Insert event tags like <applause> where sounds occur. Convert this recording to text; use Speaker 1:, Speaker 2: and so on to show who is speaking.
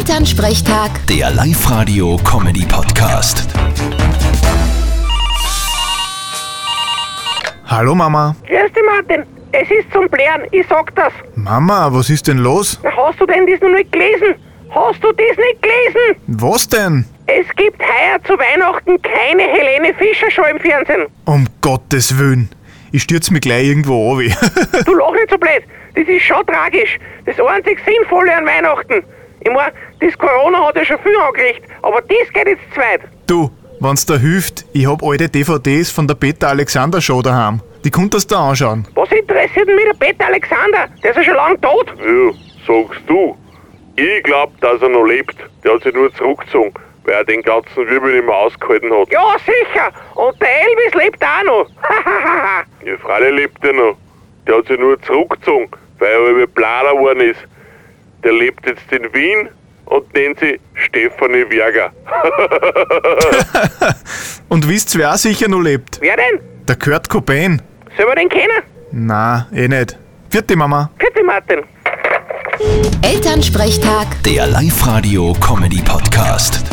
Speaker 1: Elternsprechtag,
Speaker 2: Der Live-Radio-Comedy-Podcast.
Speaker 3: Hallo Mama.
Speaker 4: Grüß dich, Martin. Es ist zum Blären, ich sag das.
Speaker 3: Mama, was ist denn los?
Speaker 4: Na, Hast du denn das noch nicht gelesen? Hast du das nicht gelesen?
Speaker 3: Was denn?
Speaker 4: Es gibt heuer zu Weihnachten keine Helene Fischer Show im Fernsehen.
Speaker 3: Um Gottes Willen. Ich stürz mich gleich irgendwo ab.
Speaker 4: Du lach nicht so blöd. Das ist schon tragisch. Das einzig Sinnvolle an Weihnachten. Ich mein, das Corona hat ja schon viel angerichtet, aber das geht jetzt zu weit.
Speaker 3: <laughs> du, wenn's da hilft, ich hab alte DVDs von der Peter Alexander Show daheim. Die konntest du anschauen.
Speaker 4: Was interessiert mich der Peter Alexander? Der ist ja schon lange tot.
Speaker 5: Ja, sagst du. Ich glaub, dass er noch lebt. Der hat sich nur zurückgezogen, weil er den ganzen Wirbel nicht mehr ausgehalten hat.
Speaker 4: Ja, sicher. Und der Elvis lebt auch noch. <laughs>
Speaker 5: Ja, Freilich lebt er noch. Der hat sich nur zurückgezogen, weil er über Planer geworden ist. Der lebt jetzt in Wien und nennt sie Stefanie Werger.
Speaker 3: Und wisst wer auch sicher noch lebt?
Speaker 4: Wer denn?
Speaker 3: Der Kurt Cobain.
Speaker 4: Soll man den kennen?
Speaker 3: Na, eh nicht. Vierte Mama.
Speaker 4: Bitte, Martin.
Speaker 1: Elternsprechtag.
Speaker 2: Der Live-Radio-Comedy-Podcast.